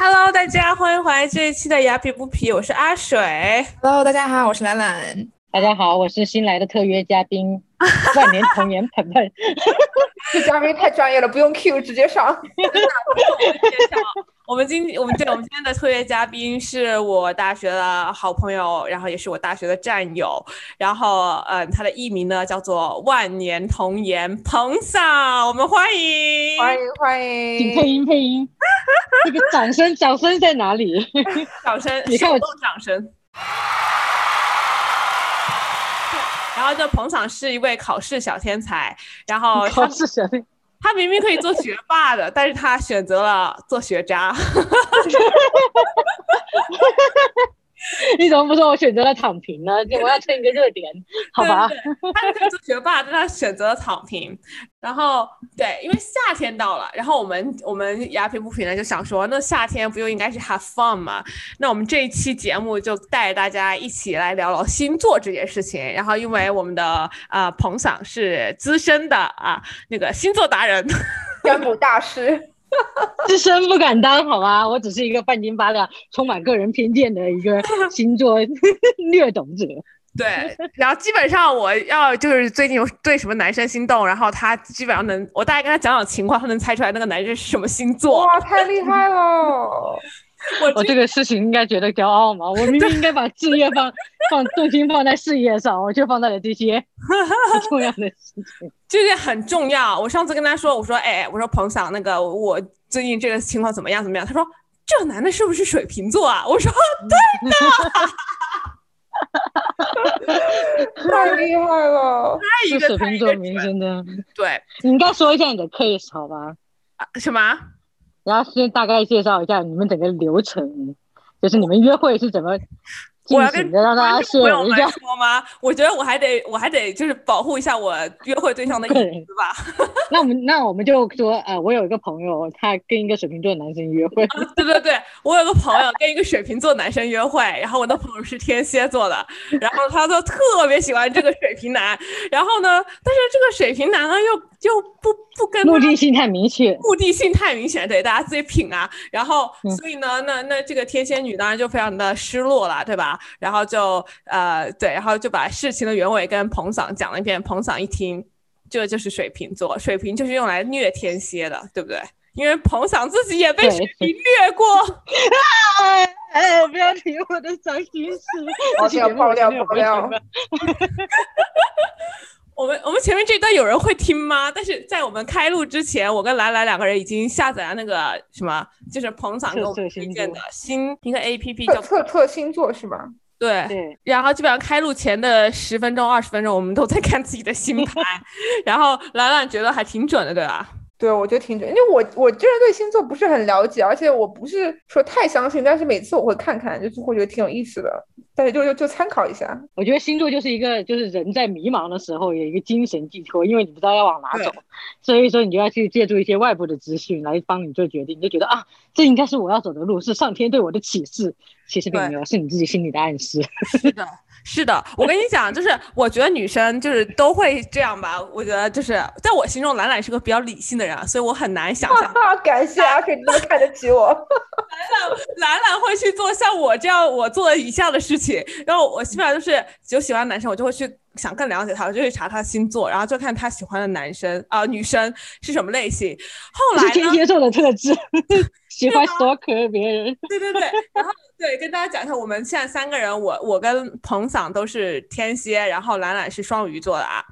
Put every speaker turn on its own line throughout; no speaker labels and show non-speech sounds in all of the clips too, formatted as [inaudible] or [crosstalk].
Hello，大家欢迎回来这一期的雅痞不皮，我是阿水。 [laughs]
Hello，大家好，我是兰兰。
大家好，我是新来的特约嘉宾，万年童颜盆
[laughs]
盆。
这嘉宾太专业了，不用 Q，直接上。
我们今我们对我们今天的特约嘉宾是我大学的好朋友，然后也是我大学的战友，然后嗯，他的艺名呢叫做万年童颜彭嫂，我们欢迎。
欢迎欢
请配
迎，
音配音，这个掌声掌声在哪里？
掌声，
你看
手
我
动掌声。然后这彭爽是一位考试小天才，然后
[laughs] 考
他
试谁？
他明明可以做学霸的，但是他选择了做学渣。
你怎么不说我选择了躺平呢？我要蹭一个
[laughs]
热点，好吧？ [laughs]
对对对他是可以做学霸，但他选择了躺平。然后对，因为夏天到了，然后我们我们雅痞不平呢就想说，那夏天不就应该是 have fun 吗？那我们这一期节目就带大家一起来聊聊星座这件事情。然后因为我们的呃彭赏是资深的啊那个星座达人，
占卜大师。
自身不敢当，好吧？我只是一个半斤八两、充满个人偏见的一
[laughs]
个星座 [laughs] 略懂者。
对，然后基本上我要就是最近有对什么男生心动，然后他基本上能，我大概跟他讲讲情况，他能猜出来那个男生是什么星座。
哇，太厉害了！
我
我
这
这个事情应该觉得骄傲吗？我明明应该把事业放放重心放在事业上，我却放在了
[laughs]
这些不重要的事情。
这件很重要。我上次跟他说，我说，哎，我说彭嫂，那个我最近这个情况怎么样？怎么样？他说，这男的是不是水瓶座啊？我说，
太厉害了！
他一
是
个
水
猜
瓶
一
座
个
名
准
真的，
对
你应该说一下你的 case 好吧？
啊什么？
然后先大概介绍一下你们整个流程，就是你们约会是怎么进
我要跟
行的，让大家
观众朋友
share 一
们
下。
说吗？我觉得我还得我还得就是保护一下我约会对象
[laughs]
的隐私吧。 [laughs]
那我们那我们就说，呃，我有一个朋友，他跟一个水瓶座男生约 [laughs] 会，
对对对，我有个朋友跟一个水瓶座男生约会，然后我那朋友是天蝎座的，然后他就特别喜欢这个水瓶男，然后呢，但是这个水瓶男呢又又不不跟
目
他
的性太明显。
目的性太明显，对大家自己品啊。然后，
嗯
所以呢，那那这个天蝎女当然就非常的失落了，对吧？然后就呃，对，然后就把事情的原委跟彭嫂讲了一遍。彭嫂一听，这就是水瓶座，水瓶就是用来虐天蝎的，对不对？因为彭嫂自己也被
对
水瓶虐过，
哎哎，不要提我的伤心
[laughs]
事，
爆料爆料爆料
我们我们前面这段有人会听吗？但是在我们开录之前，我跟兰兰两个人已经下载了那个什么，就是彭嫂给我们
测测
推
星
荐的
座
新一个 A P P
测
叫
测测星座是吧？
对
对，
然后基本上开录前的十分钟、二十分钟，我们都在看自己的星盘，然后兰兰觉得还挺准的，对吧？
对，我觉得挺准，因为我我这人对星座不是很了解，而且我不是说太相信，但是每次我会看看，就是会觉得挺有意思的，但是就就就参考一下。
我觉得星座就是一个，就是人在迷茫的时候有一个精神寄托，因为你不知道要往哪走，所以说你就要去借助一些外部的资讯来帮你做决定，你就觉得啊，这应该是我要走的路，是上天对我的启示，其实并没有，是你自己心里的暗示。
是的，是的，我跟你讲，就是我觉得女生就是都会这样吧。我觉得就是在我心中，兰兰是个比较理性的人啊，所以我很难想
[laughs]
象
啊，感谢阿水，你这么看得起我。
兰兰会去做像我这样我做的以下的事情，然后我基本上就是有喜欢的男生，我就会去想更了解他，我就去查他的星座，然后就看他喜欢的男生啊、女生是什么类型。后
这
来
是
呢？
天蝎座的特质，喜欢 stalker 别人。
对对对，然后对，跟大家讲一下，我们现在三个人，我我跟彭嗓都是天蝎，然后懒懒是双鱼座的啊，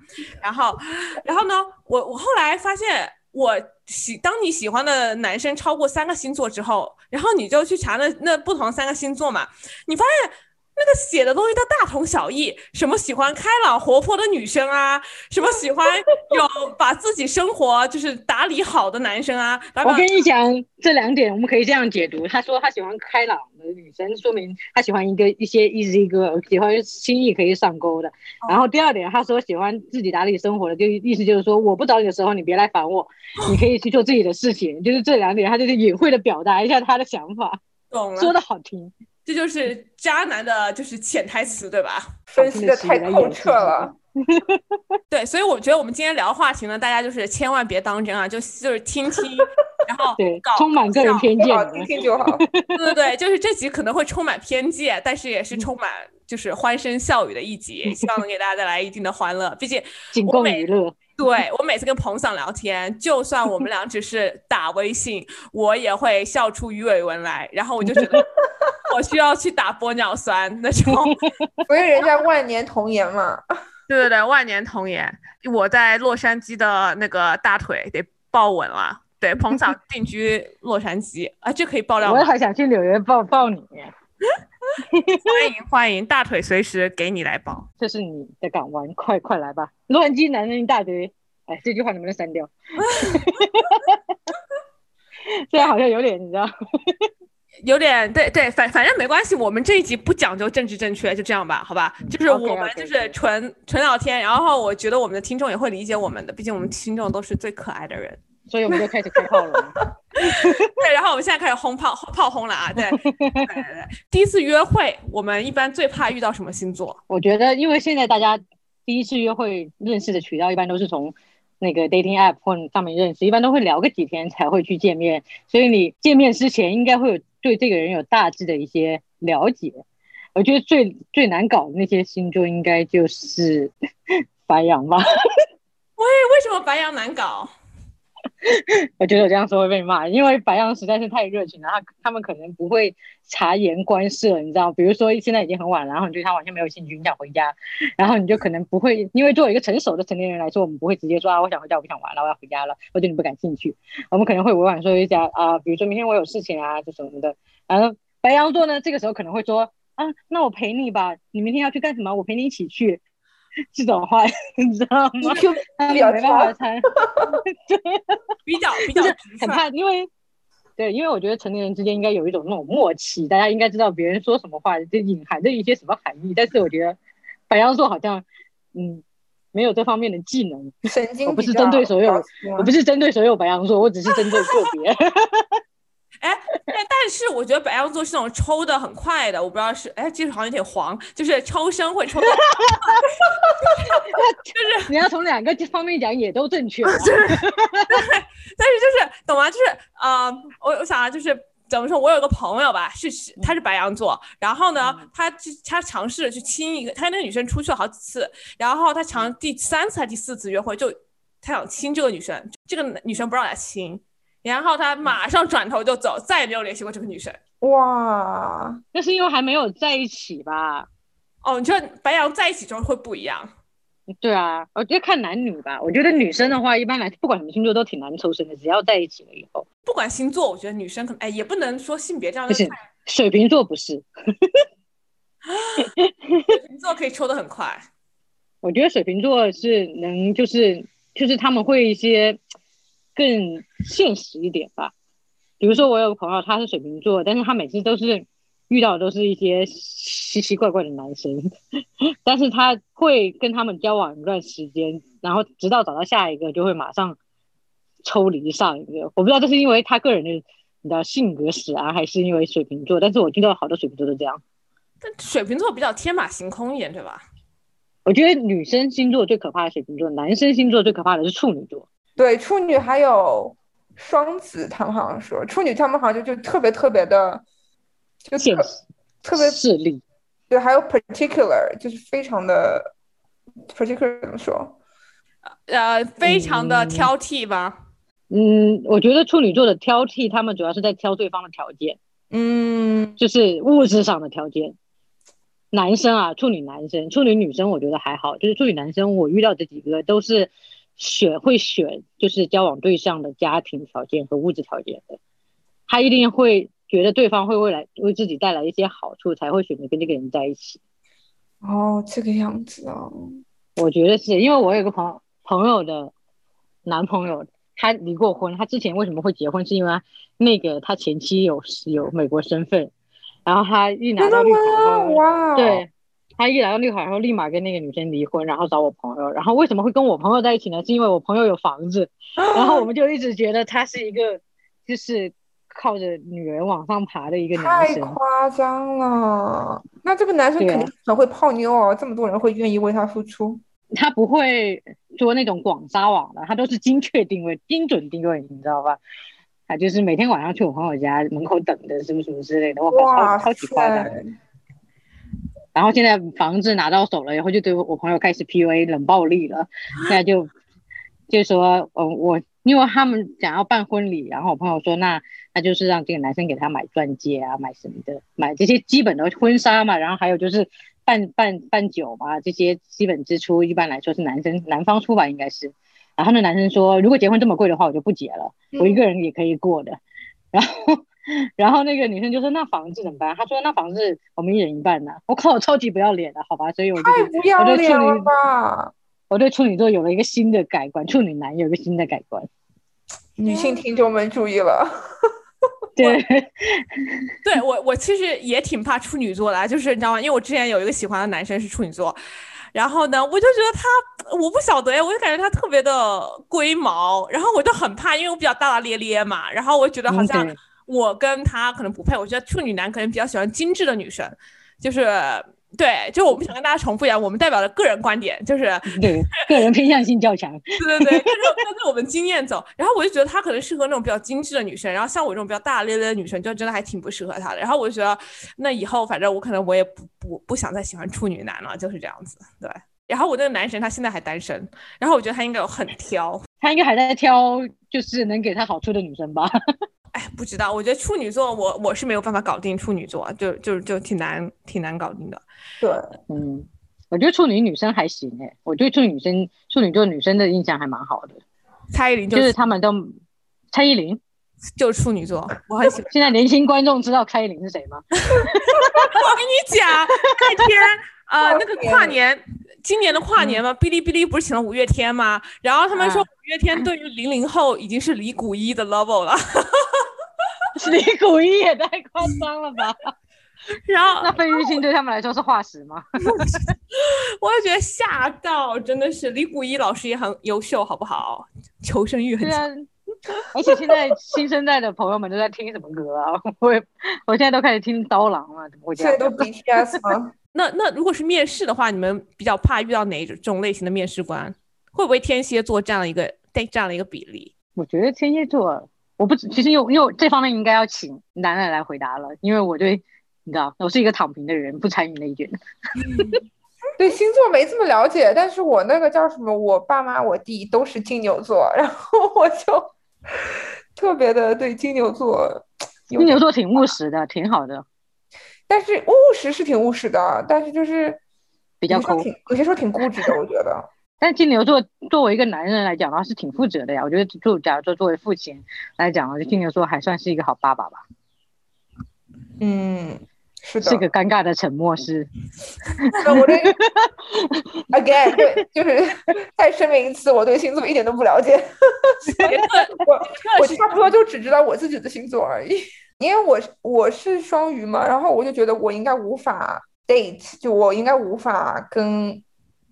然后然后呢，我我后来发现，我喜当你喜欢的男生超过三个星座之后，然后你就去查那那不同三个星座嘛，你发现。那个写的东西都大同小异，什么喜欢开朗活泼的女生啊，什么喜欢有 [laughs] 把自己生活就是打理好的男生啊，打
我
理
跟你讲，这两点我们可以这样解读：他说他喜欢开朗的女生，说明他喜欢一个一些 easy girl，喜欢轻易可以上钩
哦
的。然后第二点，他说喜欢自己打理生活的，就意思就是说，我不找你的时候，你别来烦我，你可以去做自己的事情。就是这两点，他就是隐晦的表达一下他的想
[laughs]
法，
懂了。
说的好听，
这就是渣男的，就是潜台词，对吧？
分析的太透彻了，
对，所以我觉得我们今天聊话题呢，大家就是千万别当真啊，就就是听听，然后
对
搞，
充满个人偏
[laughs]
见
好
的
听听就好。
对对对，就是这集可能会充满偏见，但是也是充满就是欢声笑语的一集，希望能给大家带来一定的欢乐。毕竟
仅
我
供
每
娱乐。
对我每次跟彭嫂聊天，就算我们俩只是打微信，我也会笑出鱼尾纹来。然后我就觉得 [laughs] 我需要去打玻尿酸那种。
所以人家万年童颜嘛，
对对对，万年童颜，我在洛杉矶的那个大腿得抱稳了。对，彭
[laughs]
嫂定居洛杉矶啊，这可以爆料
我也
吗？
好想去纽约抱抱你，
欢迎欢迎，大腿随时给你来抱。
这是你的港湾，快快来吧！洛杉矶男人一大堆，哎，这句话能不能删掉？ [laughs] 这样好像有点，你知道，
有点对对，反反正没关系，我们这一集不讲究政治正确，就这样吧，好吧？就是我
OK，OK，
们就
对
是纯纯聊天，然后我觉得我们的听众也会理解我们的，毕竟我们听众都是最可爱的人。 [laughs]
所以我们就开始开炮了。
对，然后我们现在开始轰炮炮轰了啊！对对对对，第一次约会，我们一般最怕遇到什么星座？
我觉得，因为现在大家第一次约会认识的渠道，一般都是从那个 dating app 或上面认识，一般都会聊个几天才会去见面，所以你见面之前应该会有对这个人有大致的一些了解。我觉得最最难搞的那些星座应该就是 [laughs] 白羊吧，
为为什么白羊难搞？
我觉得我这样说会被骂，因为白羊实在是太热情了，他他们可能不会察言观色，你知道，比如说现在已经很晚了，然后你对他完全没有兴趣，你想回家，然后你就可能不会，因为作为一个成熟的成年人来说，我们不会直接说啊，我想回家，我不想玩了，我要回家了，我对你不感兴趣，我们可能会委婉说一下啊，比如说明天我有事情啊，这什么的，然后白羊座呢，这个时候可能会说啊，那我陪你吧，你明天要去干什么？我陪你一起去，这种话，你知道吗？
Q
他们
比较
没办法
差，
参。
比较比较
就是
直
[laughs] 很
率。
怕，因为对，因为我觉得成年人之间应该有一种那种默契，大家应该知道别人说什么话，就隐含着一些什么含义。但是我觉得白羊座好像，嗯，没有这方面的技能。
神经
我不
比
是
较
针对所有
高级嘛
我不是针对所有白羊座，我只是针对个别。 [laughs]
但但是我觉得白羊座是那种抽的很快的，我不知道是哎，这个好像有点黄，就是抽身会抽到
你要从两个方面讲，也都正确啊。
[laughs] 但是就是懂吗？就是呃，我我想啊，就是怎么说，我有个朋友吧，是是他是白羊座，然后呢
嗯，
他去他尝试着去亲一个，他跟那个女生出去了好几次，然后他
嗯
尝第三次还第四次约会，就他想亲这个女生，这个女生不让他亲，然后他马上转头就走，再也没有联系过这个女生。
啊哇，
那是因为还没有在一起吧？
哦，你说白羊在一起之后会不一样。
对啊，我觉得看男女吧。我觉得女生的话，一般来不管什么星座都挺难抽身的，只要在一起了以后，
不管星座，我觉得女生可能哎，也不能说性别这样
不
就是
水瓶座不是。
星座可以抽得很快。
我觉得水瓶座是能，就是就是他们会一些更现实一点吧。比如说，我有个朋友，他是水瓶座，但是他每次都是遇到的都是一些奇奇怪怪的男生， [laughs] 但是他会跟他们交往一段时间，然后直到找到下一个，就会马上抽离上一个。我不知道这是因为他个人的你知道性格使然，还是因为水瓶座，但是我听到好多水瓶座都这样。
但水瓶座比较天马行空一点，对吧？
我觉得女生星座最可怕的水瓶座，男生星座最可怕的是处女座。
对，处女还有双子，他们好像说处女，他们好像就就特别特别的，就
现
特
实
特别
势力，
对，还有 particular，就是非常的 particular 怎么说？
呃，非常的挑剔吧。
嗯，我觉得处女座的挑剔，他们主要是在挑对方的条件，
嗯，
就是物质上的条件。男生啊，处女男生，处女女生，我觉得还好。就是处女男生，我遇到的几个都是选会选，就是交往对象的家庭条件和物质条件的。他一定会觉得对方会未来为自己带来一些好处，才会选择跟这个人在一起。
哦，这个样子哦，
我觉得是因为我有个朋友朋友的男朋友，他离过婚，他之前为什么会结婚，是因为那个他前妻有有美国身份，然后他一拿
真
到
的
绿
吗
卡？后，
哇，，
对，他一拿到绿卡后立马跟那个女生离婚，然后找我朋友，然后为什么会跟我朋友在一起呢？是因为我朋友有
[laughs]
房子，然后我们就一直觉得他是一个就是靠着女人往上爬的一个男
太
生，
夸张了。那这个男生
对
肯
啊
定很会泡妞哦，这么多人会愿意为他付出。
他不会做那种广撒网的，他都是精确定位、精准定位，你知道吧？他就是每天晚上去我朋友家门口等的，什么什么之类的，我
哇
靠，超超级夸张的。
塞
然后现在房子拿到手了以后，就对我朋友开始 PUA 冷暴力了。现在就就说，嗯，我因为他们想要办婚礼，然后我朋友说，那那就是让这个男生给他买钻戒啊，买什么的，买这些基本的婚纱嘛，然后还有就是办办办酒嘛，这些基本支出一般来说是男生男方出吧，应该是。然后那男生说，如果结婚这么贵的话，我就不结了，我一个人也可以过的。然后。然后那个女生就说：“那房子怎么办？”她说：“那房子我们一人一半呢、我靠，超级不要脸的，好吧？所以我就
太不要
我就
脸
处
了
女
吧！
我对处女座有了一个新的改观，处女男有一个新的改 [laughs] 观。
女
嗯
性听众们注意了，
对，
对我，我其实也挺怕处女座的啊，就是你知道吗？因为我之前有一个喜欢的男生是处女座，然后呢，我就觉得他，我不晓得呀，我就感觉他特别的龟毛，然后我就很怕，因为我比较大大咧咧嘛，然后我觉得好像
嗯对
我跟他可能不配，我觉得处女男可能比较喜欢精致的女生，就是对，就我不想跟大家重复一样，我们代表的个人观点，就是
对，个人偏向性较强。
对对对，跟着跟着我们经验走。然后我就觉得他可能适合那种比较精致的女生，然后像我这种比较大大咧咧的女生，就真的还挺不适合他的。然后我就觉得，那以后反正我可能我也不不不想再喜欢处女男了，就是这样子。对。然后我那个男神他现在还单身，然后我觉得他应该有很挑。
他应该还在挑，就是能给他好处的女生吧？
哎，不知道，我觉得处女座我我是没有办法搞定处女座，就就就挺难挺难搞定的。
对，
嗯，我觉得处女女生还行诶、我对处女生、处女座女生的印象还蛮好的，
蔡依林就
就是
是
他们都蔡依林。
就是处女座，我很喜欢。
现在年轻观众知道蔡依林是谁吗？
[laughs] 我跟你讲，那天呃，那个跨年，今年的跨年嘛，哔哩哔哩不是请了五月天吗？然后他们说
啊
五月天对于零零后已经是李谷一的 level 了。
[laughs]
[laughs]
李谷一也太夸张了吧？
然后
那费玉清对他们来说是化
[laughs]
石吗？
我就觉得吓到，真的是李谷一老师也很优秀，好不好？求生欲很
对
强。
啊， [laughs] 而且现在新生代的朋友们都在听什么歌啊？ [laughs] 我也我现在都开始听刀郎了，怎么会这
现在
样？
都 BTS 吗？
那那如果是面试的话，你们比较怕遇到哪种类型的面试官？会不会天蝎座占了一个占了一个比例？
我觉得天蝎座，我不其实有因为这方面应该要请楠楠来回答了，因为我对你知道，我是一个躺平的人，不参与内卷。
对星座没这么了解，但是我那个叫什么，我爸妈、我弟都是金牛座，然后我就特别的对金牛座有啊
金牛座挺务实的，挺好的，
但是务实是挺务实的，但是就是
比较
有些时候
抠
挺有些时候挺固执的，我觉得。
但金牛座作为一个男人来讲的话，是挺负责的呀。我觉得就假如说作为父亲来讲，我觉得金牛座还算是一个好爸爸吧。
嗯，是的。
这个尴尬的沉默是，
那
[laughs]
我对 again 对，就是再声明一次，我对星座一点都不了解， [laughs]
[laughs]
我我差不多就只知道我自己的星座而已。 [laughs] 因为我是我是双鱼嘛，然后我就觉得我应该无法 date，就我应该无法跟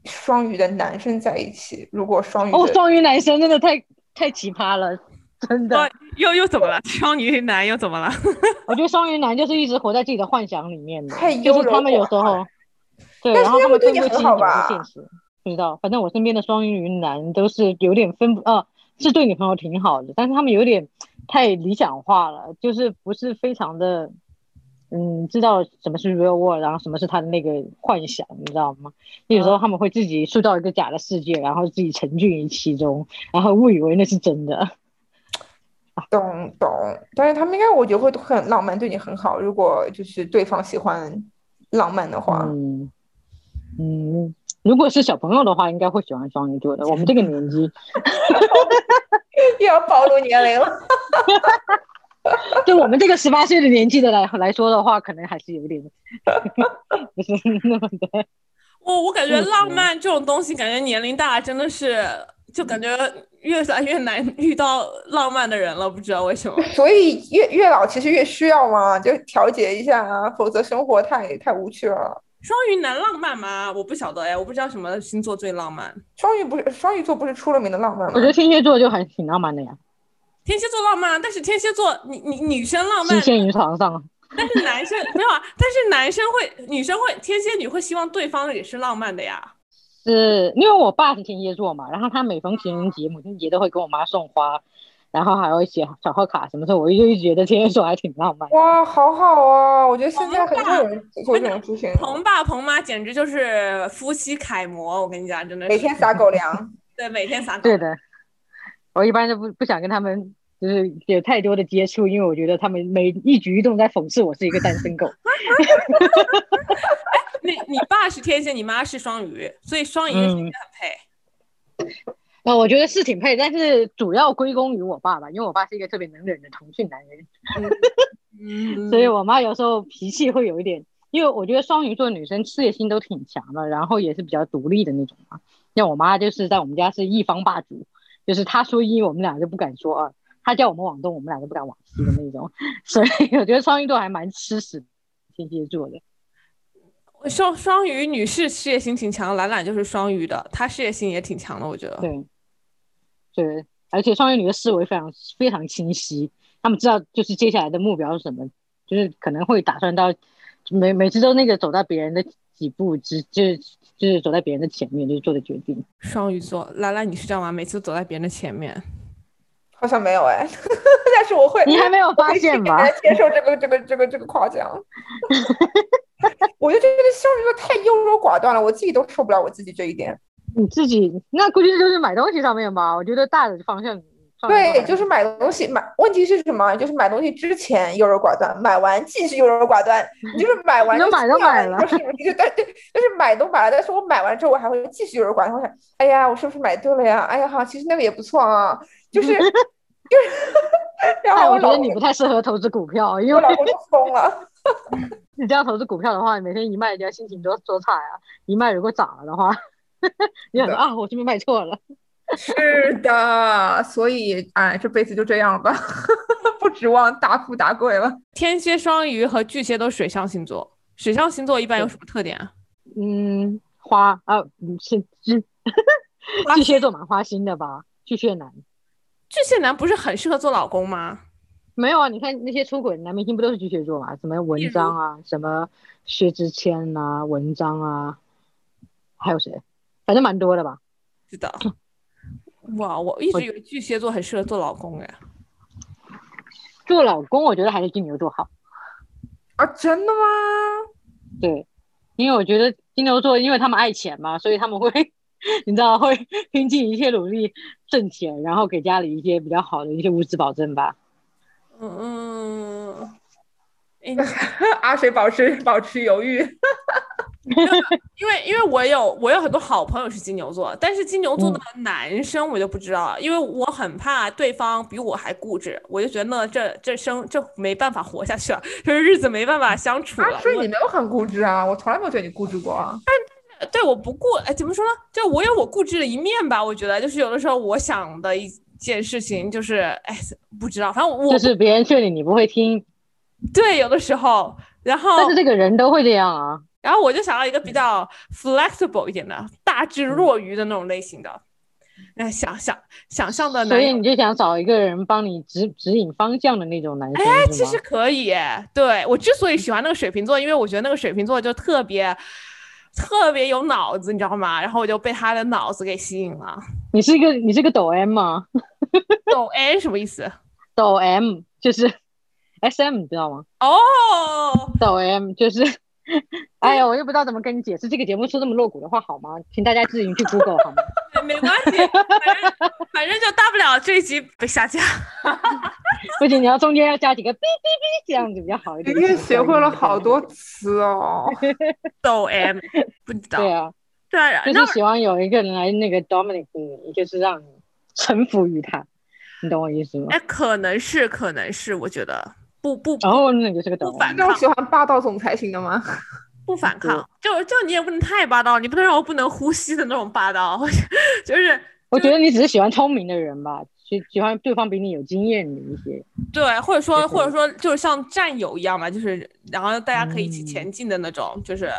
双鱼的男生在一起。如果双鱼
哦，
的
双鱼男生真的太太奇葩了，真的。
又又怎么了？双鱼男又怎么了？
我觉得双鱼男就是一直活在自己的幻想里面的
太，
就
优
是
柔
他们有时
寡
候，
但
对，
是
然后他们
他们对
分
你
不
很
清
好
什么
吧
是现实，不知道。反正我身边的双鱼男都是有点分不，呃，是对女朋友挺好的，但是他们有点太理想化了，就是不是非常的，嗯，知道什么是 real world，然后什么是他的那个幻想，你知道吗？有
嗯
时候他们会自己塑造一个假的世界，然后自己沉浸于其中，然后误以为那是真的。
懂懂，但是他们应该我觉得会很浪漫，对你很好。如果就是对方喜欢浪漫的话，
嗯，嗯，如果是小朋友的话，应该会喜欢双鱼座的。我们这个年纪，
[laughs] 又要暴露年龄了。 [laughs]
对我们这个十八岁的年纪的来来说的话，可能还是有点不是那么的。
我我感觉
嗯
浪
嗯
漫这种东西，感觉年龄大了真的是，就感觉越来越难遇到浪漫的人了，不知道为什么。
所以越越老其实越需要嘛，就调节一下啊，否则生活太太无趣了。
双鱼男浪漫吗？我不晓得哎，我不知道什么星座最浪漫。
双鱼不是双鱼座不是出了名的浪漫
我
吗
觉？得天蝎座就很挺浪漫的呀，
天蝎座浪漫，啊但是天蝎座你你女生浪
极
漫，
限于床上。
但是男生没有啊。但是男生会，女生会，天蝎女会希望对方也是浪漫的呀。
是因为我爸是天蝎座嘛，然后他每逢情人节、母亲节都会给我妈送花，然后还会写小贺卡什么的，我就觉得天蝎座还挺浪漫的。
哇，好好啊！我觉得现在很少有人做这种事情，
彭爸彭妈简直就是夫妻楷模，我跟你讲，真的是
每天撒狗粮。
对每天撒狗粮。
对的，我一般都不不想跟他们就是有太多的接触，因为我觉得他们每一举一动在讽刺我是一个单
[laughs]
身狗。
你你爸是天蝎，你妈是双鱼，所以双鱼是很配。
那呃我觉得是挺配，但是主要归功于我爸吧，因为我爸是一个特别能忍的同性男人，
嗯，
所以我妈有时候脾气会有一点，因为我觉得双鱼座女生事业心都挺强的，然后也是比较独立的那种嘛。像我妈就是在我们家是一方霸主，就是她说一，我们俩就不敢说二；她叫我们往东，我们俩就不敢往西的那种。 [laughs] 所以我觉得双鱼座还蛮吃屎，天蝎座的。
双双鱼女士事业心挺强，懒懒就是双鱼的，她事业心也挺强的，我觉
啊
得。
对，对，而且双鱼女的思维非常非常清晰，他们知道就是接下来的目标是什么，就是可能会打算到每每次都那个走到别人的几步之，就是就是走在别人的前面，就是做的决定。
双鱼座，兰兰你是这样吗？每次走在别人的前面，
好像没有哎， [laughs] 但是我会，
你还没有发现
[laughs]
吗？
接受这个这个这个这个夸奖。
[laughs]
我就觉得双鱼座太优柔寡断了，我自己都受不了我自己这一点。
你自己那估计就是买东西上面吧，我觉得大的方向。上面
对，就是买东西买，问题是什么？就是买东西之前优柔寡断，买完继续优柔寡
[laughs]
断。你就是买完
你都买都买了
就是你就但对，就是买都买了，但是我买完之后我还会继续优柔寡断，我想，哎呀，我是不是买对了呀？哎呀哈，其实那个也不错啊，就是
[laughs]
就是， [laughs] 然
但
后
哎我觉
老
得
公
你不太适合投资股票，因
我
为
老公就疯了。
[laughs]
[laughs]
你这样投资股票的话，每天一卖，人家心情多多差呀、一卖如果涨了的话， [laughs] 你想
对
说啊，我是不是卖错了？
是的，所以哎，这辈子就这样吧， [laughs] 不指望大富大贵了。
天蝎、双鱼和巨蟹都是水象星座。水象星座一般有什么特点啊？
嗯，花啊，嗯是是，
花
巨蟹座蛮花心的吧？巨蟹男
巨蟹男不是很适合做老公吗？
没有啊？你看那些出轨的男明星不都是巨蟹座嘛？什么文章啊，什么薛之谦啊，文章啊，还有谁？反正蛮多的吧。
是
[laughs]
的。哇，我一
我
直以为巨蟹座很适合做老公哎。
做老公，我觉得还是金牛座好。
啊，真的吗？ [laughs]
对，因为我觉得金牛座，因为他们爱钱嘛，所以他们会， [laughs] 你知道，会拼尽一切努力挣钱，然后给家里一些比较好的一些物质保证吧。
嗯嗯。哎，
阿水啊保持保持犹豫，
因为因为我有我有很多好朋友是金牛座，但是金牛座的
嗯
男生我就不知道，因为我很怕对方比我还固执，我就觉得那这这生这没办法活下去了， [laughs] 就是日子没办法相处
啊
了。
阿水
我
你没有很固执啊，我从来没有觉得你固执过啊。
对我不固哎，怎么说呢？就我有我固执的一面吧，我觉得就是有的时候我想的一件事情就是哎不知道，反正我
就是别人劝你，你不会听，
对有的时候，然后
但是这个人都会这样啊。
然后我就想要一个比较 flexible 一点的，大智
嗯
若愚的那种类型的。那想想想象的
所
呃男友
以你就想找一个人帮你指指引方向的那种男生，
哎，
是
其
吗
实可以耶，对我之所以喜欢那个水瓶座，因为我觉得那个水瓶座就特别特别有脑子，你知道吗？然后我就被他的脑子给吸引了。
你是一个你是个抖 M 吗？
懂 A 什么意思？
抖 M 就是 S M，你知道吗？
哦，
抖 M 就是，哎呀，我又不知道怎么跟你解释这个节目说这么露骨的话好吗？请大家自行去 Google
[laughs]
好吗？
没关系，反正反正就大不了这一集被下架。
不仅你要中间要加几个哔哔哔，这样子比较好一点。
你也学会了好多。词哦，
懂 M 不知道，
对啊，
对啊，
就
那
是喜欢有一个人来那个 dominate 你，就是让你臣服于他，你懂我意思吗？
哎，可能是可能是，我觉得不不
然后那你就是个抖
不
M，
反
[laughs] 那种
抗
喜欢霸道总裁型的吗？
不反抗，就就你也不能太霸道，你不能让我不能呼吸的那种霸道，就是。
我觉得你只是喜欢聪明的人吧，喜喜欢对方比你有经验的一些。
对，或者
就
说
是
或者说就是像战友一样嘛，就是然后大家可以一起
嗯
前进的那种，就是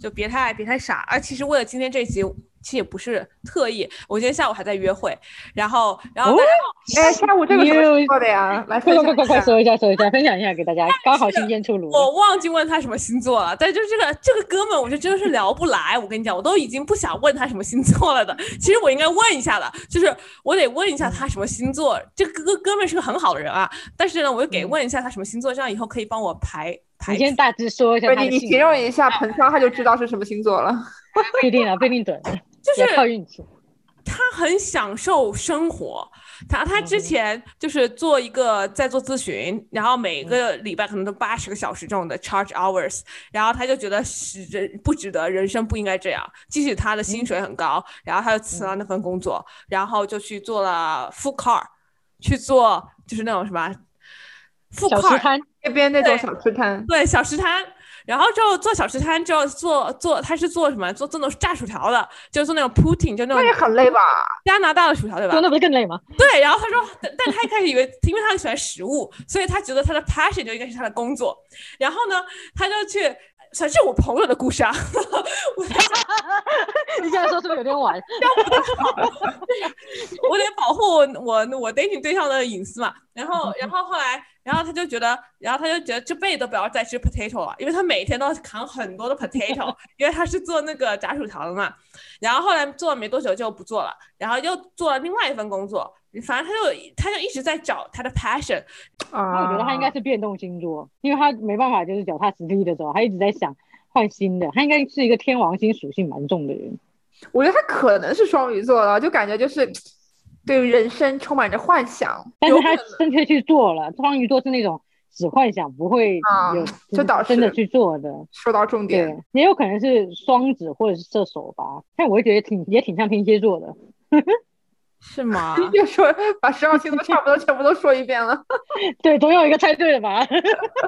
就别太别太傻。啊，其实为了今天这一集，其实也不是特意。我今天下午还在约会，然后，然后，
哦
但然
[laughs] 哎，下午这个什么星座的呀？ [laughs] 来
快
分
快
享
快快
一
快
下。
说一下，说一下，分享一下给大家，刚好新鲜出炉。
后我忘记问他什么星座了。但就是这个这个哥们，我就真的是聊不来。我跟你讲，我都已经不想问他什么星座了的。其实我应该问一下的，就是我得问一下他什么星座。这个哥哥们是个很好的人啊，但是呢，我就给问一下他什么星座，这样以后可以帮我排排
嗯你。先大致说一
不
下
是
他
你，
的
你
性
形
格，
容一下彭超，他就知道是什么星座了。
不一定啊，不一定准，
就是
也靠运气。
他很享受生活，他他之
嗯
前就是做一个在做咨询，然后
嗯
每个礼拜可能都八十个小时这种的 charge hours，然后他就觉得是人不值得，人生不应该这样。即使他的薪水很高，然后他就辞了
嗯
那份工作，然后就去做了 food car，去做就是那种什么 food
小
car，
吃摊，
那边那种
对
小吃摊，
对，小吃摊。然后之后做小吃摊之后做做他是做什么？做做那种炸薯条的，就是做那种 pudding，就那
那
种
也很累吧？
加拿大的薯条，对吧？
做那不是更累吗？
对，然后他说，但但他一开始以为，因为他很喜欢食物，所以他觉得他的 passion 就应该是他的工作。然后呢，他就去，算是我朋友的故事啊， [laughs] 我
你这样说是不是有点晚？
我得保护我我我 dating 对象的隐私嘛。然后然后后来，然后他就觉得，然后他就觉得这辈子都不要再吃 potato 了，因为他每天都要扛很多的 [laughs] potato，因为他是做那个炸薯条的嘛。然后后来做了没多久就不做了，然后又做了另外一份工作，反正他就他就一直在找他的 passion。
啊，
那我觉得他应该是变动星座，因为他没办法，就是脚踏实地的时候，他一直在想换新的。他应该是一个天王星属性蛮重的人，
我觉得他可能是双鱼座了，就感觉就是对人生充满着幻想，
但
有
是
可
他
能
正确去做了。双鱼座是那种只幻想不会
啊
有
这倒
真的
是
去做的。
说到重
对
点，，
也有可能是双子或者是射手吧，但我会觉得挺也挺像天蝎座的。 [laughs]
是吗？
又说把十二星座差不多全部都说一遍了。
对，总有一个猜对的吧，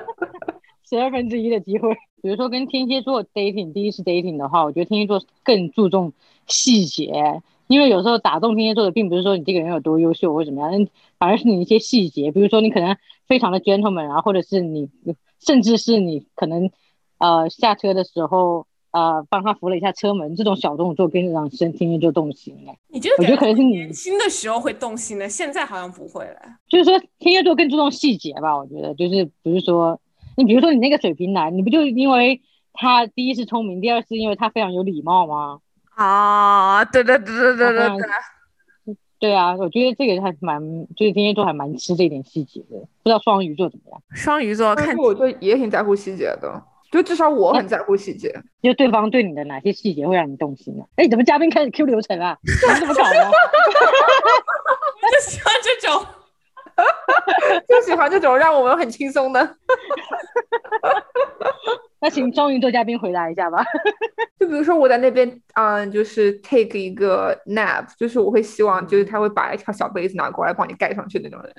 [laughs] 十二分之一的机会。比如说跟天蝎座 dating，第一次 dating 的话，我觉得天蝎座更注重细节，因为有时候打动天蝎座的，并不是说你这个人有多优秀或者怎么样，嗯反而是你一些细节，比如说你可能非常的 gentleman 啊，或者是你，甚至是你可能，呃，下车的时候。呃，帮他扶了一下车门，这种小动作更让身天蝎座动心的。
你这个
我觉得可能是你
年轻的时候会动心的，现在好像不会了。
就是说天蝎座更注重细节吧，我觉得就是不是说你比如说你那个水瓶男，你不就因为他第一是聪明，第二是因为他非常有礼貌吗？
啊，对对对对
对对对对啊，我觉得这个还蛮，就是天蝎座还蛮吃这点细节的，不知道双鱼座怎么样？
双鱼座
但
看
是 [laughs] 我就也挺在乎细节的，就至少我很在乎细节。
就对方对你的哪些细节会让你动心呢、哎，怎么嘉宾开始 Q 流程啊？你们怎么搞的？
[laughs] 就喜欢这种，
[laughs] 就喜欢这种让我们很轻松的，
[laughs] 那请双鱼座嘉宾回答一下吧。
就比如说我在那边，嗯，就是 take 一个 nap，就是我会希望
嗯
就是他会把一条小被子拿过来帮你盖上去那种人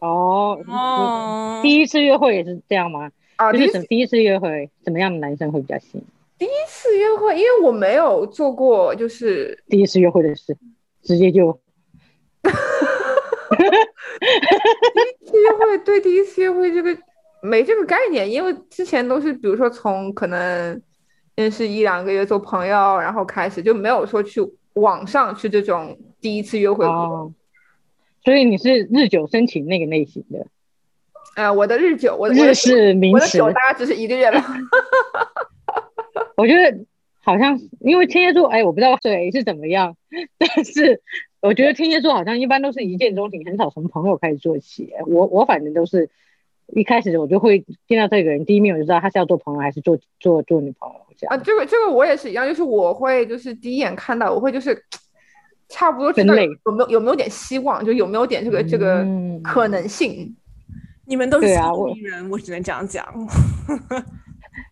哦，
哦
第一次约会也是这样吗？
啊。
就
第一
是
次
怎第一次约会，怎么样的男生会比较吸引？
第一次约会，因为我没有做过，就是
第一次约会的事，直接就
第一次约会对第一次约会这个没这个概念，因为之前都是比如说从可能认识一两个月做朋友，然后开始就没有说去网上去这种第一次约会过。
哦，所以你是日久生情那个类型的，
哎、我的日久，我的我
日
的
式名
我的
词
久。大概只是一个月吧。
我觉得好像因为天蝎座，哎，我不知道谁是怎么样， [laughs] 但是我觉得天蝎座好像一般都是一见钟情，很少从朋友开始做起。我我反正都是一开始我就会见到这个人，第一面我就知道他是要做朋友还是做做做女朋友这
啊，
样。
这个这个我也是一样，就是我会就是第一眼看到，我会就是差不多知
分
道
类
有没有有没有点希望，就有没有点这个这个
嗯
可能性。
你们都是
对啊
聪
我
明人，我只能这样
[laughs]
讲。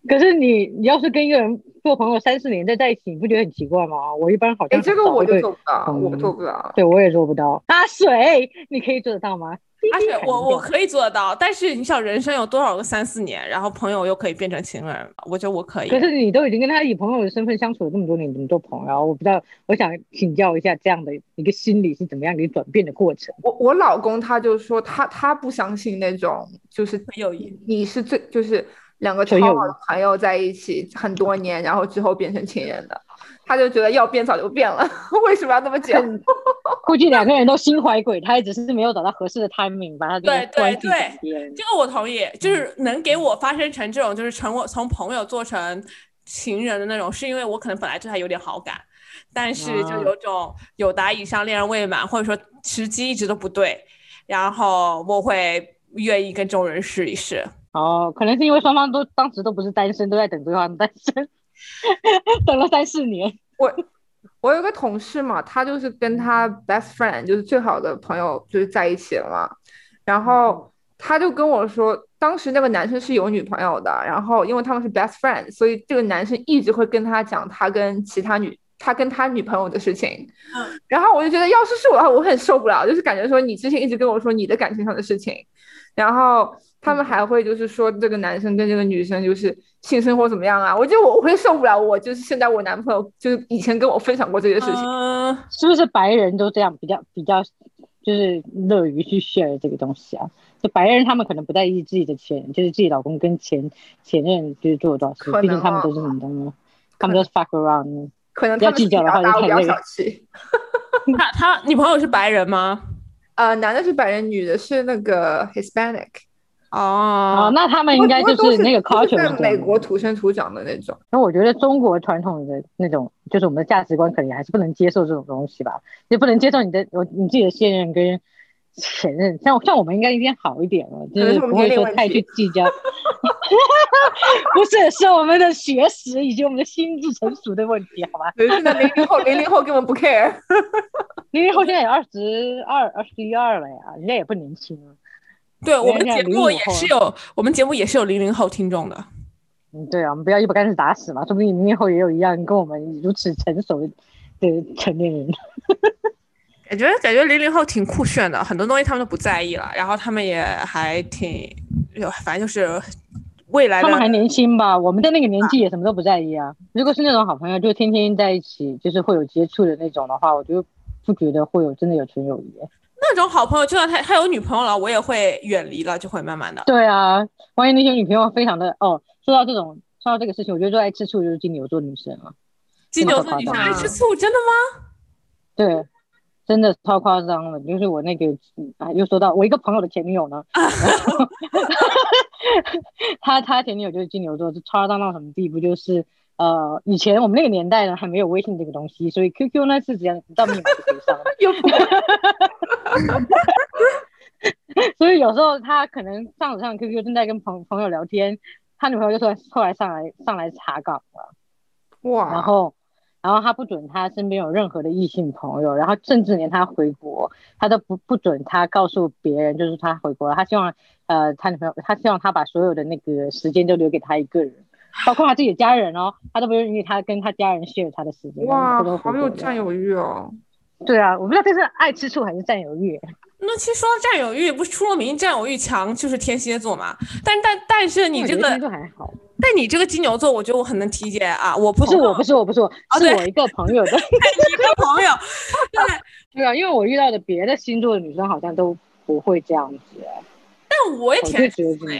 可是你你要是跟一个人做朋友三四年再在一起，你不觉得很奇怪吗？我一般好
哎，
像
这个
很少
我
会
就
对
做不到，我
嗯
做不到。
对我也做不到。阿水，你可以做得到吗？
而且我我
可。
可以做得到，但是你想人生有多少个三四年，然后朋友又可以变成情人，我觉得我可以。
可是你都已经跟他以朋友的身份相处了这么多年，怎么做朋友？啊我不知道，我想请教一下这样的一个心理是怎么样给你转变的过程。
我我老公他就说他他不相信那种就是
很有意
你是最就是两个超好的朋友在一起很多年，然后之后变成情人的，他就觉得要变早就变了， [laughs] 为什么要那么久？
[laughs] 估计两个人都心怀鬼胎，只是没有找到合适的 timing 把他
对对对，这个我同意，就是
嗯
能给我发生成这种，就是成我从朋友做成情人的那种，是因为我可能本来对他有点好感。但是
啊
就有种有达以上恋人未满，或者说时机一直都不对，然后我会愿意跟这种人试一试。
哦，可能是因为双方都当时都不是单身，都在等对方单身， [laughs] 等了三四年。
我我有个同事嘛，他就是跟他 best friend，就是最好的朋友，就是在一起了嘛。然后他就跟我说，当时那个男生是有女朋友的，然后因为他们是 best friend，所以这个男生一直会跟他讲他跟其他女。他跟他女朋友的事情，嗯，然后我就觉得，要是是我的话，我很受不了，就是感觉说你之前一直跟我说你的感情上的事情，然后他们还会就是说这个男生跟这个女生就是性生活怎么样啊，我觉得我我会受不了，我就是现在我男朋友就是以前跟我分享过这些事情，
嗯、是不是白人都这样比较比较就是乐于去 share 这个东西啊？就白人他们可能不在意自己的前，就是自己老公跟前前任就是做多少事，毕竟他们都是什么，他们都是 fuck around。
可能他们比较大，我比较小气。
他他女朋友是白人吗？
呃，男的是白人，女的是那个 Hispanic。啊
哦，
那他们应该就是那个 culture，
在美国土生土长的那种。
那我觉得中国传统的那种，就是我们的价值观，肯定还是不能接受这种东西吧，也不能接受你的我你自己的现任跟前任。像像我们应该一定好一点了，就是不会说太去计较。 [laughs] 不是，是我们的学识以及我们的心智成熟的问题，好吧？
现在零零后，零零后根本不 care，
零零后现在也二十二、二十一二了呀，人家也不年轻了。
对我们节目也是
啊
有，我们节目也是有零零后听众的。
嗯，对啊，我们不要一竿子打死嘛，说不定零零后也有一样跟我们如此成熟的成年人。
感觉感觉零零后挺酷炫的，很多东西他们都不在意了，然后他们也还挺，反正就是未来
他们还年轻吧，我们的那个年纪也什么都不在意啊。如果是那种好朋友，就天天在一起，就是会有接触的那种的话，我就不觉得会有真的有纯友谊。
那种好朋友，就算他他有女朋友了，我也会远离了，就会慢慢的。
对啊，万一那些女朋友非常的哦，说到这种，说到这个事情，我觉得最爱吃醋就是金牛座女生啊。
金牛座女生哎爱吃醋，真的吗？
对。真的超夸张了，就是我那个啊，又说到我一个朋友的前女友呢， [laughs] 他他前女友就是金牛座，就夸张到什么地步？就是呃，以前我们那个年代呢，还没有微信这个东西，所以 QQ 呢是只要你到密码就可以上。 [laughs] 所以有时候他可能上着上 QQ，正在跟朋朋友聊天，他女朋友就说后来上来上来查岗了，
哇，
然后。然后他不准他身边有任何的异性朋友，然后甚至连他回国，他都不不准他告诉别人，就是他回国了。他希望，呃，他女朋友，他希望他把所有的那个时间都留给他一个人，包括他自己的家人哦，他都不允许他跟他家人 share 他的时间。
哇，好有占有欲哦！
对啊，我不知道这是爱吃醋还是占有欲。
那其实说到占有欲，不是出了名占有欲强就是天蝎座嘛？但但但是你这个，
还好
但你这个金牛座，我觉得我很能体解啊。我
不是我不是我不是我，
哦
是我一个朋友的，
一
[laughs]
个朋友。对
对啊，因为我遇到的别的星座的女生好像都不会这样子。
但我也挺
爱吃醋的，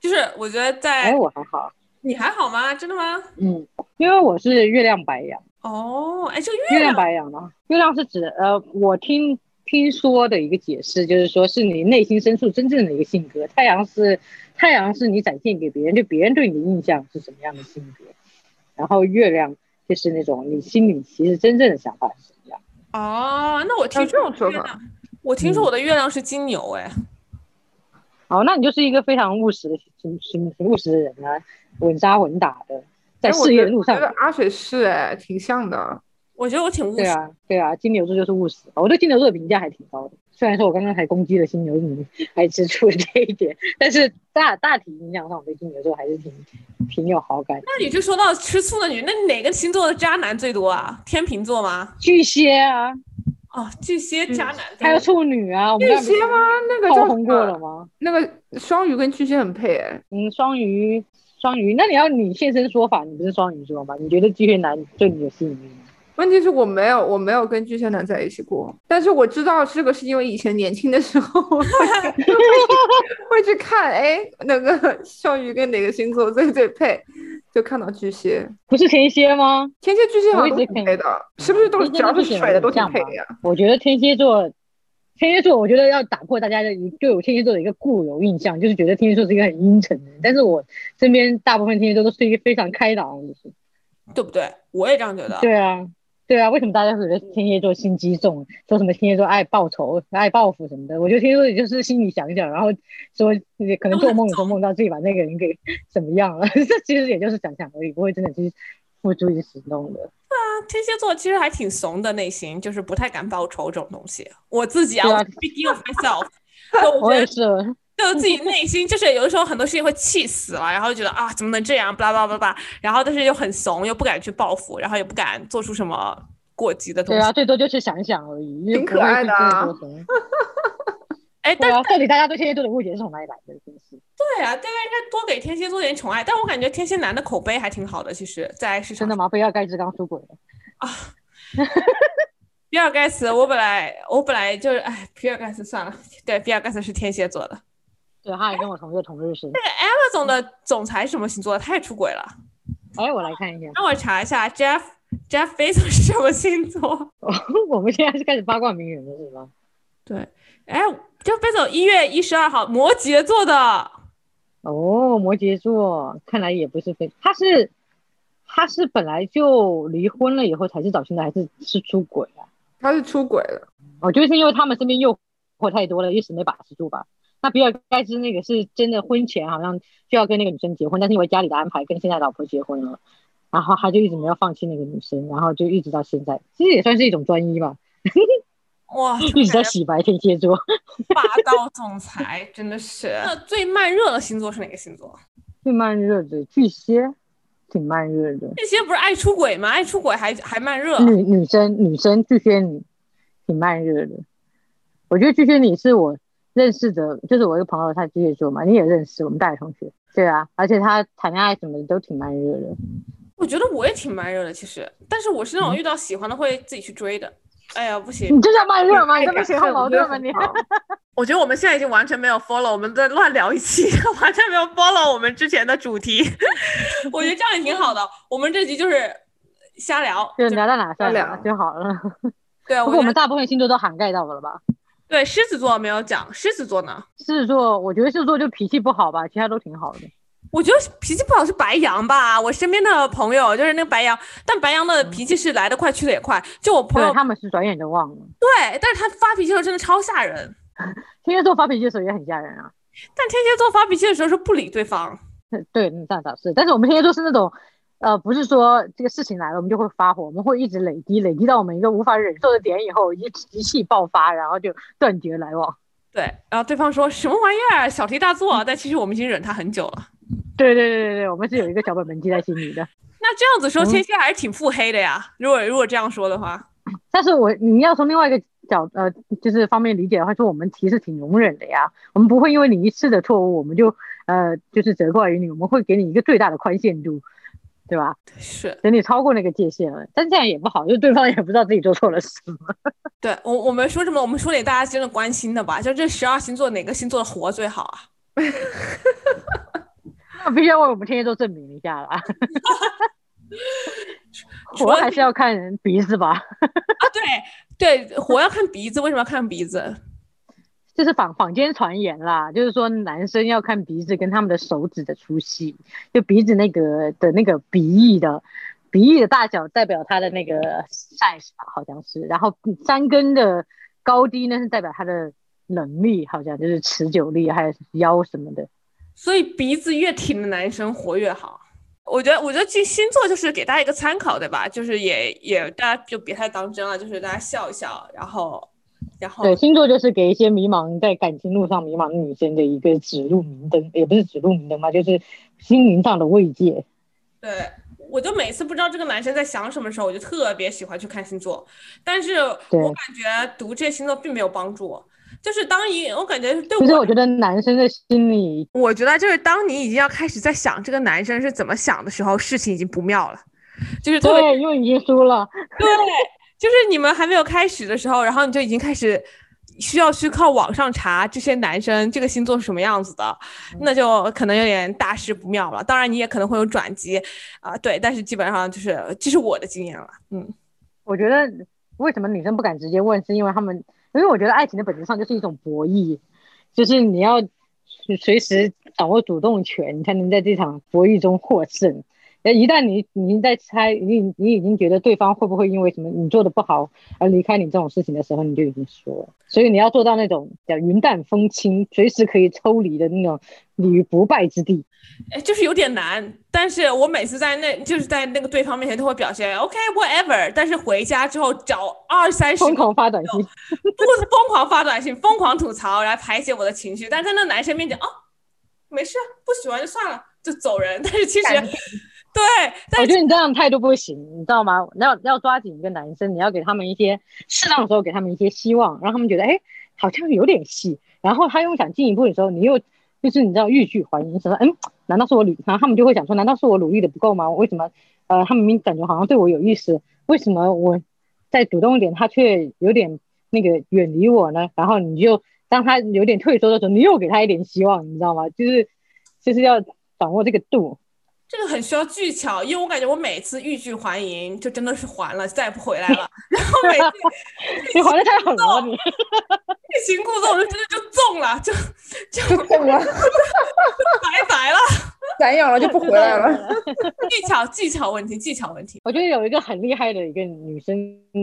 就是我觉得在
哎，我还好，
你还好吗？真的吗？
嗯，因为我是月亮白羊。
哦，哎，这个
月亮白羊呢？月亮是指呃，我听。听说的一个解释就是说，是你内心深处真正的一个性格。太阳是太阳是你展现给别人，就别人对你的印象是什么样的性格。然后月亮就是那种你心里其实真正的想法是什么样。
哦，那我听说
这种说法，
我听
嗯
说我的月亮是金牛哎、欸嗯。
哦，那你就是一个非常务实的、勤勤务实的人啊，稳扎稳打的，在事业路上。
哎觉得阿水是哎，挺像的。
我觉得我挺务实。
对啊，对啊，金牛座就是务实。我对金牛座的评价还挺高的。虽然说我刚刚还攻击了金牛女爱吃醋这一点，但是大大体影响上，我对金牛座还是挺挺有好感。
那你就说到吃醋的女，那哪个星座的渣男最多啊？天秤座吗？
巨蟹啊。
哦，巨蟹渣男、嗯。
还有处女啊。我们
巨蟹吗？那个
叫红过了吗？
那个双鱼跟巨蟹很配哎、欸。
嗯，双鱼，双鱼。那你要你现身说法，你不是双鱼座吗？你觉得巨蟹男对你有吸引力吗？
问题是我没有，我没有跟巨蟹男在一起过，但是我知道这个是因为以前年轻的时候会去 [laughs] 会去看，哎，那个双鱼跟哪个星座最最配，就看到巨蟹，
不是天蝎吗？
天蝎、巨蟹好
我一
像都
直
挺
看
配的，是不是都
天
只
蝎
要是
跟巨蟹
水的
有
都挺
像
配
吧
的呀？
我觉得天蝎座，天蝎座，我觉得要打破大家的一对我天蝎座的一个固有印象，就是觉得天蝎座是一个很阴沉的人。但是我身边大部分天蝎座都是一个非常开朗的，就是
对不对？我也这样觉得。
对啊，对啊。为什么大家会觉得天蝎座心机重？说什么天蝎座爱报仇、爱报复什么的？我觉得天蝎座也就是心里想想，然后说可能做梦的时候梦到自己把那个人给怎么样了， [laughs] 这其实也就是想想而已，不会真的去付诸于行动的。
那天蝎座其实还挺怂的，内心就是不太敢报仇这种东西。我自己啊，
对
我
啊
speaking of
[laughs]
myself，就我
我
觉
也
得
是，
就自己内心就是有的时候很多事情会气死了，然后就觉得啊怎么能这样，巴拉巴拉巴拉，然后但是又很怂，又不敢去报复，然后也不敢做出什么过激的东
对
西
啊，。最多就是想想而已，
挺可爱的啊
啊。
哎、但
对啊，到底大家对天蝎座的误解是从哪里来的？真是
对啊，大家应该多给天蝎座点宠爱。但我感觉天蝎男的口碑还挺好的，其实，在市场
真的吗？不要盖志刚出轨了，
比尔盖茨，我本来我本来就是，哎，比尔盖茨算了，对，比尔盖茨是天蝎座的。
对，他还跟我同月同日生。
那总的总裁什么星座的？他也出轨了。
哎，我来看一下，
让我查一下，Jeff Jeff Bezos 是什么星座？
哦我们现在是开始八卦名人了，是吧？
对，哎，Jeff Bezos 一月一十二号，摩羯座的。
哦，摩羯座，看来也不是非，他是他是本来就离婚了以后才去找新的，还是是出轨啊？
他是出轨了，
我觉哦得是因为他们身边诱惑太多了，一时没把持住吧。那比尔盖茨那个是真的婚前好像就要跟那个女生结婚，但是因为家里的安排跟现在老婆结婚了，然后他就一直没有放弃那个女生，然后就一直到现在，其实也算是一种专一 [laughs] 吧，
哇，
一直在洗白天蝎座。 [laughs]
霸道总裁真的是。那最慢热的星座是哪个星座？
最慢热的巨蟹，挺慢热的，
这些不是爱出轨吗？爱出轨还还慢热。
女女生女生巨蟹女挺慢热的，我觉得巨蟹女是我认识的，就是我一个朋友，他巨蟹座嘛，你也认识，我们大学同学，对啊，而且他谈恋爱什么的都挺慢热的。
我觉得我也挺慢热的，其实，但是我是
嗯
那种遇到喜欢的会自己去追的。哎呀，不行，
你这叫慢热吗？你
爱
这啊不
感
前后
哎我
矛
觉得
盾吗？
很
你 [laughs]
好
我觉得我们现在已经完全没有 follow，我们在乱聊一期， [laughs] 完全没有 follow 我们之前的主题。 [laughs] 我觉得这样也挺好的。我们这集就是瞎聊，
就
就
聊到哪算
聊
哪就好了。
对，我
不过我
觉
们
得
大部分星座都涵盖到了吧？
对狮子座没有讲，狮子座呢？
狮子座，我觉得狮子座就脾气不好吧，其他都挺好的。
我觉得脾气不好是白羊吧，我身边的朋友就是那个白羊，但白羊的脾气是来得快去得也快。就我朋
对，
友
他们是转眼就忘了。
对，但是他发脾气的时候真的超吓人，
天蝎座发脾气的时候也很吓人啊。
但天蝎座发脾气的时候是不理对方。
[laughs] 对，嗯那那倒是，但是我们天蝎座是那种，呃，不是说这个事情来了我们就会发火，我们会一直累积，累积到我们一个无法忍受的点以后，一一气爆发，然后就断绝来往。
对，然后对方说什么玩意儿，啊小题大
嗯
做，但其实我们已经忍他很久了。
对对对对对，我们是有一个小本本记在心里的。
那这样子说，
嗯
天蝎还是挺腹黑的呀。如果如果这样说的话，
但是我你要从另外一个角呃，就是方面理解的话，就我们其实挺容忍的呀，我们不会因为你一次的错误，我们就呃就是责怪于你，我们会给你一个最大的宽限度，对吧？
是
等你超过那个界限了，但这样也不好，就对方也不知道自己做错了什么。
对我我们说什么？我们说点大家真的关心的吧。就这十二星座哪个星座的活最好啊？
那 [laughs] 必须要为我们天蝎座证明一下啦。
除
我
了
还是要看人鼻子吧，
啊，对对，活要看鼻子，为什么要看鼻子？
就是坊坊间传言啦，就是说男生要看鼻子跟他们的手指的粗细，就鼻子那个的那个鼻翼的鼻翼的大小代表他的那个 size 吧，好像是。然后三根的高低呢是代表他的能力，好像就是持久力还有腰什么的。
所以鼻子越挺的男生活越好。我觉得，我觉得这星座就是给大家一个参考，对吧？就是也也大家就别太当真了，就是大家笑一笑，然后然后
对，星座就是给一些迷茫在感情路上迷茫的女生的一个指路明灯，也不是指路明灯吧，就是心灵上的慰藉。
对，我就每次不知道这个男生在想什么时候，我就特别喜欢去看星座，但是
对
我感觉读这些星座并没有帮助我。就是当一，我感觉对
就是
我，
我觉得男生的心理，
我觉得就是当你已经要开始在想这个男生是怎么想的时候，事情已经不妙了。就是特别
对，又已经输了，
对，就是你们还没有开始的时候，然后你就已经开始需要去靠网上查这些男生这个星座是什么样子的，那就可能有点大事不妙了。当然，你也可能会有转机啊、对，但是基本上就是这是我的经验了，嗯，
我觉得为什么女生不敢直接问，是因为他们，因为我觉得爱情的本质上就是一种博弈，就是你要随随时掌握主动权，你才能在这场博弈中获胜。那一旦你你在猜，你你已经觉得对方会不会因为什么你做的不好而离开你这种事情的时候，你就已经输了。所以你要做到那种叫云淡风轻，随时可以抽离的那种立于不败之地。
哎就是有点难。但是我每次在那就是在那个对方面前都会表现 OK whatever，但是回家之后找二三十
疯
个
狂发短信，
不疯狂发短信，疯狂吐槽来排解我的情绪，但是在那男生面前，哦，没事，啊不喜欢就算了，就走人。 [laughs] 但是其实
感，
对，但
我
是
觉得你这样态度不行，你知道吗？要要抓紧一个男生，你要给他们一些适当的时候给他们一些希望，让他们觉得哎好像有点戏，然后他又想进一步的时候，你又就是你知道欲拒还迎，想说嗯难道是我努，然后他们就会想说难道是我努力的不够吗？我为什么呃他们明明感觉好像对我有意思，为什么我再主动一点他却有点那个远离我呢？然后你就当他有点退缩的时候，你又给他一点希望，你知道吗？就是就是要掌握这个度。
这个很需要技巧，因为我感觉我每次欲拒还迎，就真的是还了，再也不回来了。 [laughs] 然后每次
你还的太狠了，你。
欲擒故纵，就真的就纵了，就就 [laughs]
就中
啊
了，
拜拜了。
[laughs]
[laughs]
散养了就不回来
[laughs]
了。
技巧技巧问题，技巧问题。
我觉得有一个很厉害的一个女生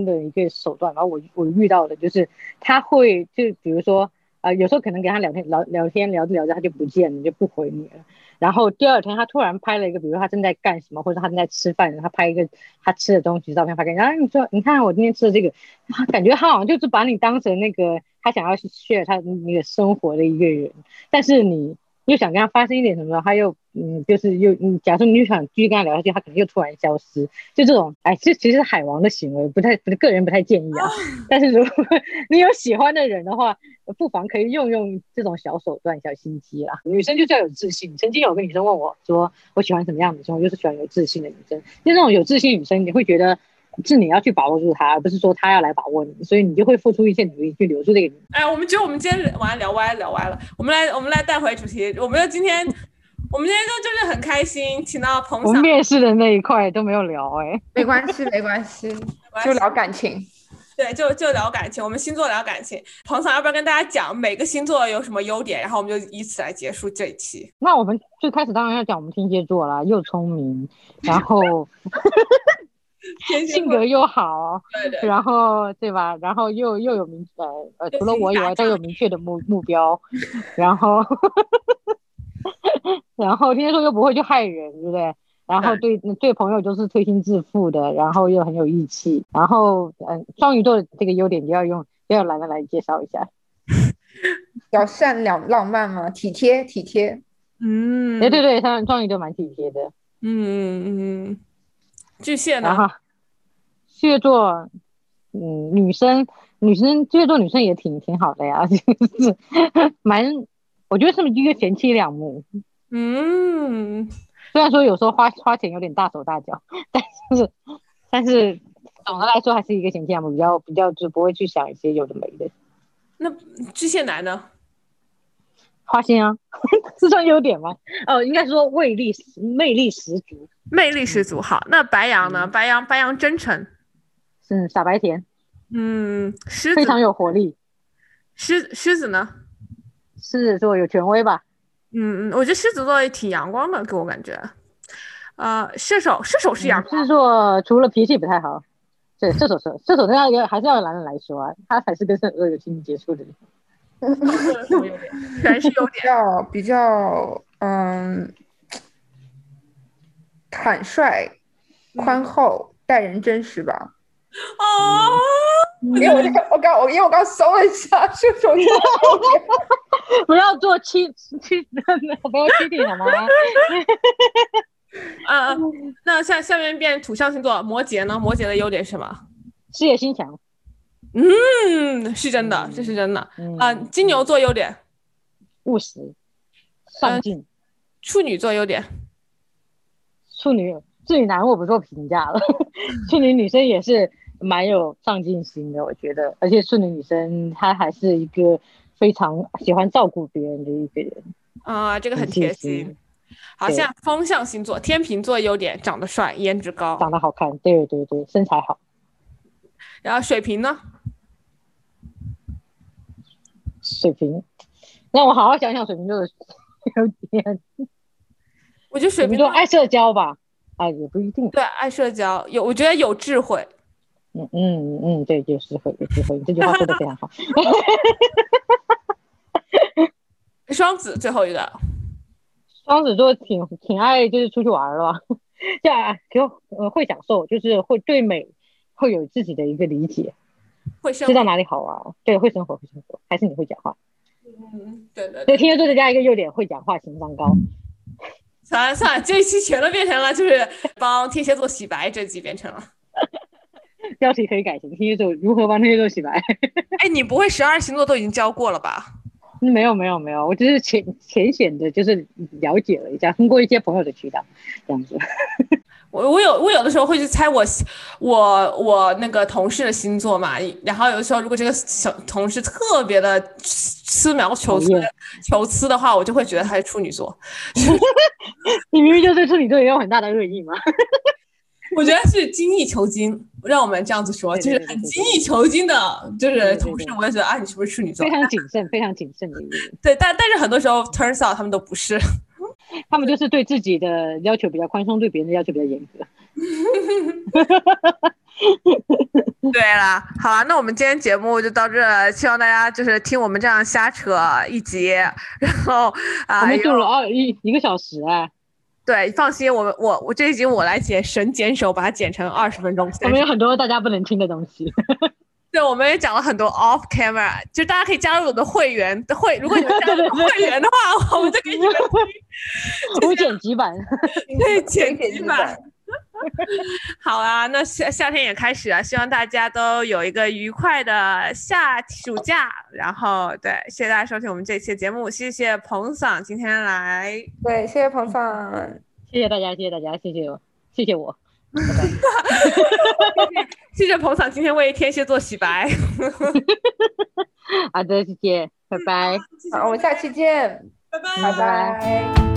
的一个手段，然后我我遇到的就是她会就比如说啊、呃有时候可能跟她聊天聊聊天聊着聊着她就不见了，就不回你了。然后第二天她突然拍了一个，比如她正在干什么，或者她正在吃饭，她拍一个她吃的东西照片发给你，然后你说你看我今天吃的这个，啊感觉她好像就是把你当成那个她想要去 share 她那个生活的一个人，但是你又想跟她发生一点什么，她又嗯就是又嗯，假设你又想继续跟她聊下去，她可能又突然消失，就这种，哎，这其实是海王的行为，不太不是个人不太建议啊。 [laughs] 但是如果你有喜欢的人的话，不妨可以用用这种小手段、小心机啦。女生就是要有自信。曾经有个女生问我说，我喜欢什么样的女生？我就是喜欢有自信的女生。就那种有自信的女生，你会觉得是你要去把握住她，而不是说她要来把握你，所以你就会付出一些努力去留住这个女。
哎，我们觉得我们今天晚上聊歪了聊歪了，我们来我们来带回主题，我们就今天。我们今天就真的很开心，请到彭
我
嫂
们面试的那一块都没有聊哎、
没关系，没关系，就聊感情。
对，就就聊感情，我们星座聊感情。彭嫂，要不要跟大家讲每个星座有什么优点，然后我们就以此来结束这一期。
那我们最开始当然要讲我们天蝎座啦，又聪明，然后
天蝎
性
座
格又好，啊
对 [laughs] 对，
然后对吧？然后又又有明呃呃，除了我以外都有明确的目目标，然后 [laughs] 然后天蝎座又不会去害人，对不对？然后对对朋友就是推心置腹的，然后又很有义气，然后嗯，双鱼座这个优点就要用要兰兰来介绍一下。哎
比较善良、浪漫嘛，体贴、体贴。
嗯，
对对，对，双双鱼座蛮体贴的，
嗯嗯嗯。巨蟹
然
呢？
后巨蟹座，嗯，女生女生巨蟹座女生也挺挺好的呀， [laughs] 就是蛮，我觉得是一个贤妻良母。
嗯，
虽然说有时候花花钱有点大手大脚， [laughs] 但是但是总的来说还是一个贤妻良母，比较比较就不会去想一些有的没的
那巨蟹男呢？
花心啊， [laughs] 这算优点吗？哦，应该说魅力魅力十足，
魅力十足。好，那白羊呢？白羊，白羊真诚。
嗯，傻白甜，
嗯，狮子
非，常有活力，
狮狮子呢？
狮子座有权威吧？
嗯嗯，我觉得狮子座也挺阳光的，给我感觉。呃，射手，射手是阳
嗯
光。
狮子座除了脾气不太好，对，射手座射手座要还是要男人来说啊，他才是跟射手座有亲密接触的人。 [laughs]
什么优点全是优点
比。较比较嗯，坦率、宽厚、待人真实吧。嗯
哦，
[laughs] 因为我这个我刚我因为我刚搜了一下射 [laughs] 手座，
不要做欺 [laughs] 欺，不要欺骗好吗？
嗯，嗯，那下下面变土象星座，摩羯呢？摩羯的优点是什么？
事业心强，
嗯，是真的，这是真的。
嗯，
啊，金牛座优点，
务实、上进，
处女座优点，
处女最难我不做评价了。 [laughs] 处女女生也是蛮有上进心的，我觉得，而且处女女生她还是一个非常喜欢照顾别人的一个人，
啊、这个很贴心。好
对
像风象星座，天秤座优点长得帅，颜值高。
长得好看，对对对，身材好。
然后水瓶呢？
水瓶，让我好好想想水瓶座的 [laughs] 优点。
我觉得水
水
瓶
瓶座
座
爱社交吧？哎，也不一定。
对爱社交，有我觉得有智慧。
嗯嗯嗯，对，有智慧，有智慧，这句话说的非常好。
双子最后一个，
双子座挺挺爱就是出去玩儿吧， [laughs] 就爱就呃会享受，就是会对美会有自己的一个理解，
会生
知道哪里好玩，对，会生活会生活，还是你会讲话。
嗯，对对对
对，，天蝎座再加一个优点，会讲话，情商高。
算了算了，这一期全都变成了就是帮天蝎座洗白，这集变成了。
标题可以改成天蝎座如何帮天蝎座洗白。
哎，你不会十二星座都已经教过了吧？
[laughs] 没有没有没有，我只是浅浅显的，就是了解了一下，通过一些朋友的渠道，这样子。 [laughs]
我我有我有的时候会去猜我我我那个同事的星座嘛，然后有的时候如果这个小同事特别的思苗求疵
讨厌
求疵的话，我就会觉得他是处女座。
你明明就对处女座也有很大的恶意嘛。
我觉得是精益求精，让我们这样子说，
对
就
对
是
对
很
对对
精益求精的，就
对
是
对
同事
对，
我也觉得啊，你是不是处女座
非？常谨慎，非常谨慎的一个人。
对，但但是很多时候 turns out 他们都不是。
他们就是对自己的要求比较宽松，对别人的要求比较严格。
[laughs] 对啦，好啊，那我们今天节目就到这儿，希望大家就是听我们这样瞎扯一集，然后
我
啊，
们做
有
了二一一个小时啊，
对，放心，我们我我这一集我来剪神剪手，把它剪成二十分钟。
我
30
们有很多大家不能听的东西。
对，我们也讲了很多 off camera，就大家可以加入我的会员会，如果你们加入我的会员的话，我们就给你们
无剪辑版，
对剪
剪
辑
辑
版
版。
[laughs] 好啦，那夏夏天也开始啊了，希望大家都有一个愉快的夏暑假。然后，对，谢谢大家收听我们这期的节目，谢谢彭嗓今天来，
对，谢谢彭桑。
[laughs] 谢谢大家，谢谢大家，谢谢我，谢谢我。
谢谢彭嗓今天为天蝎座洗白。
好的，谢谢，拜拜。
好，我们下期见，
拜拜
拜拜。